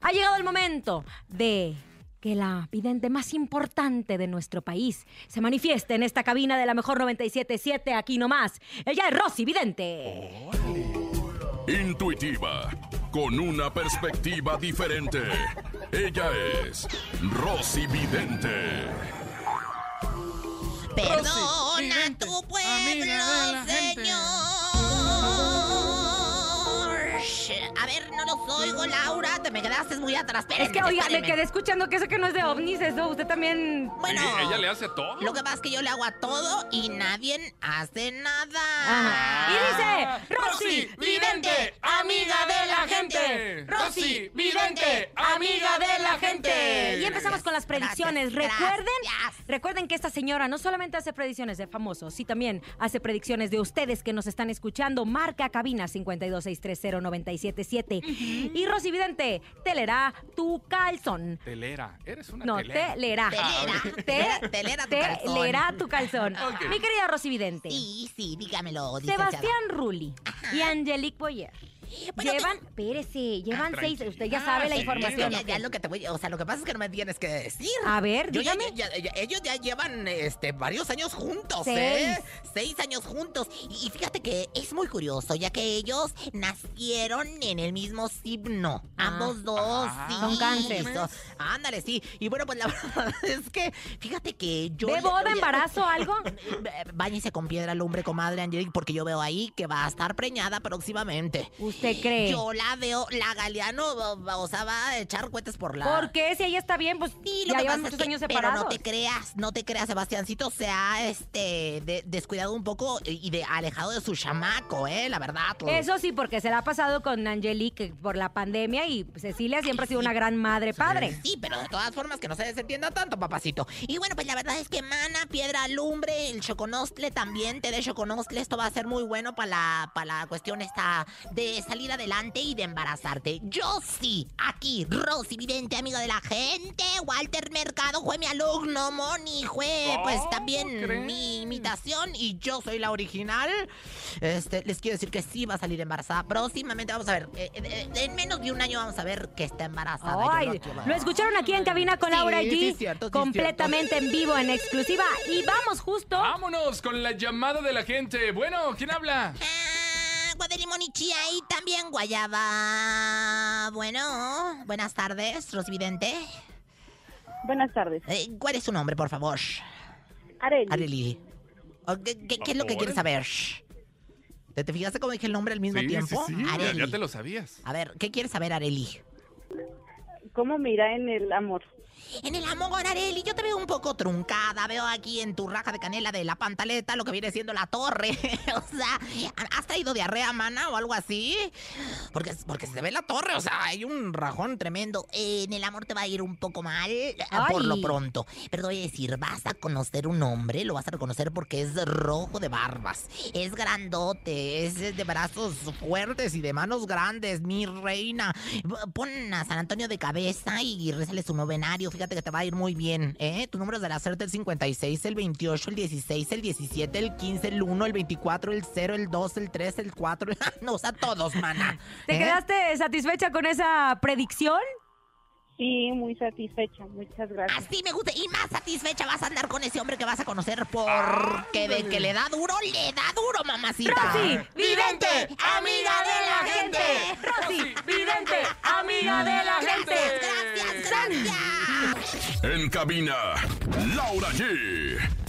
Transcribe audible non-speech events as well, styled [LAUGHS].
Ha llegado el momento de que la vidente más importante de nuestro país se manifieste en esta cabina de la mejor 977 aquí nomás. Ella es Rosy Vidente. Intuitiva, con una perspectiva diferente. Ella es Rosy Vidente. Perdona vidente, tu amiga de pueblo, la gente. Señor. Sh, A ver, no los oigo, Laura. Te me quedaste muy atrás. Es que, Espérenme, oiga, me espérenme. quedé escuchando que eso que no es de ovnis, eso usted también... Bueno, Sí, ella le hace todo. lo que pasa es que yo le hago a todo y nadie hace nada. Ajá. Y dice, Rosy, Ah. Rosy, vidente, amiga de la gente. Rosy, vidente, amiga de la gente. Y empezamos con las predicciones. Gracias, recuerden, gracias. recuerden que esta señora no solamente hace predicciones de famosos, sí también hace predicciones de ustedes que nos están escuchando. Marca cabina 5263097.7 Y Rosy Vidente, te leerá tu calzón. Telera. Eres una No, telera. te leerá. Telera. [LAUGHS] Te, Te leerá tu te calzón. leerá tu calzón. Ok. Mi querida Rosy Vidente. Sí, sí, dígamelo, licenciada. Eh, Sebastián Rulli y Angelique Boyer. Bueno, llevan, espérese, llevan Ah, seis. tranquila, Usted ya sabe la sí. información. Ya, ¿ok? ya lo que te voy, o sea, lo que pasa es que no me tienes que decir. A ver, Yo ya- dígame. ya- ya- ellos ya llevan este, varios años juntos, Seis. ¿eh? Seis años juntos. Y, y fíjate que es muy curioso, ya que ellos nacieron en el mismo signo. Ah. Ambos dos, Ah. sí. Son cáncer. Eso. Ándale, sí. Y bueno, pues la [LAUGHS] verdad es que, fíjate que yo. ¿De boda, oye, embarazo, algo? Báñese con piedra lumbre, comadre Angelique, porque yo veo ahí que va a estar preñada próximamente. ¿Usted cree? Yo la veo, la Galeano, va- va- o sea, va a echar cohetes por la... ¿Por qué? Si ella está bien, pues Sí, lo ya que llevan pasa es muchos que- años pero separados. no te creas, no te creas, Sebastiancito se ha este, de- descuidado un poco y de, alejado de su chamaco, ¿eh? La verdad. Eso sí, porque se la ha pasado con Angelique por la pandemia y Cecilia siempre ha sido una gran madre padre. Sí, pero de todas formas que no se desentienda tanto, papacito. Y bueno, pues la verdad es que mana, piedra lumbre, el choconostle también, té de choconostle, esto va a ser muy bueno para la, para la cuestión esta de salir adelante y de embarazarte. Yo sí, aquí, Rosy Vidente, amiga de la gente, Walter Mercado, fue mi alumno, Moni, fue pues Oh, ¿Cómo también crees? mi imitación y yo soy la original. Este, les quiero decir que sí va a salir embarazada. Próximamente vamos a ver, eh, eh, en menos de un año vamos a ver que está embarazada. Yo no Ay, quiero- lo escucharon aquí en cabina con Sí, Laura G, sí, cierto, sí, completamente en vivo, en exclusiva. Y vamos justo. Ah, Vámonos con la llamada de la gente. Bueno, ¿quién habla? Ah, Guadelimón y chía y también guayaba. Bueno, buenas tardes, Rosvidente. Buenas tardes. Eh, ¿Cuál es su nombre, por favor? Areli. Areli. Oh, ¿Qué, qué- qué es lo que quieres saber? ¿Te, te fijaste cómo dije el nombre al mismo Sí, tiempo? sí, sí, ya- Areli. Ya te lo sabías. A ver, ¿qué quieres saber, Areli? ¿Cómo mira en el amor? En el amor, Areli, yo te veo un poco truncada. Veo aquí en tu raja de canela de la pantaleta lo que viene siendo la torre. [LAUGHS] o sea, ¿has traído diarrea, mana, o algo así? Porque, porque se ve la torre, o sea, hay un rajón tremendo. Eh, en el amor te va a ir un poco mal eh, por Ay. lo pronto. Pero te voy a decir, vas a conocer un hombre, lo vas a reconocer porque es rojo de barbas. Es grandote, es de brazos fuertes y de manos grandes, mi reina. Pon a San Antonio de cabeza y rézale su novenario. Fíjate que te va a ir muy bien, ¿eh? Tus números de la suerte el 56, el 28, el 16, el 17, el 15, el 1, el 24, el 0, el 2, el 3, el 4. [LAUGHS] No, o sea, todos, mana. ¿Te ¿eh? quedaste satisfecha con esa predicción? Sí, muy satisfecha. Muchas gracias. Así me gusta. Y más satisfecha vas a andar con ese hombre que vas a conocer porque de que le da duro, le da duro, mamacita. Rosy, vidente, amiga de la gente. Rosy, vidente, Ah, amiga de la gente. Gracias, gracias. En cabina, Laura G.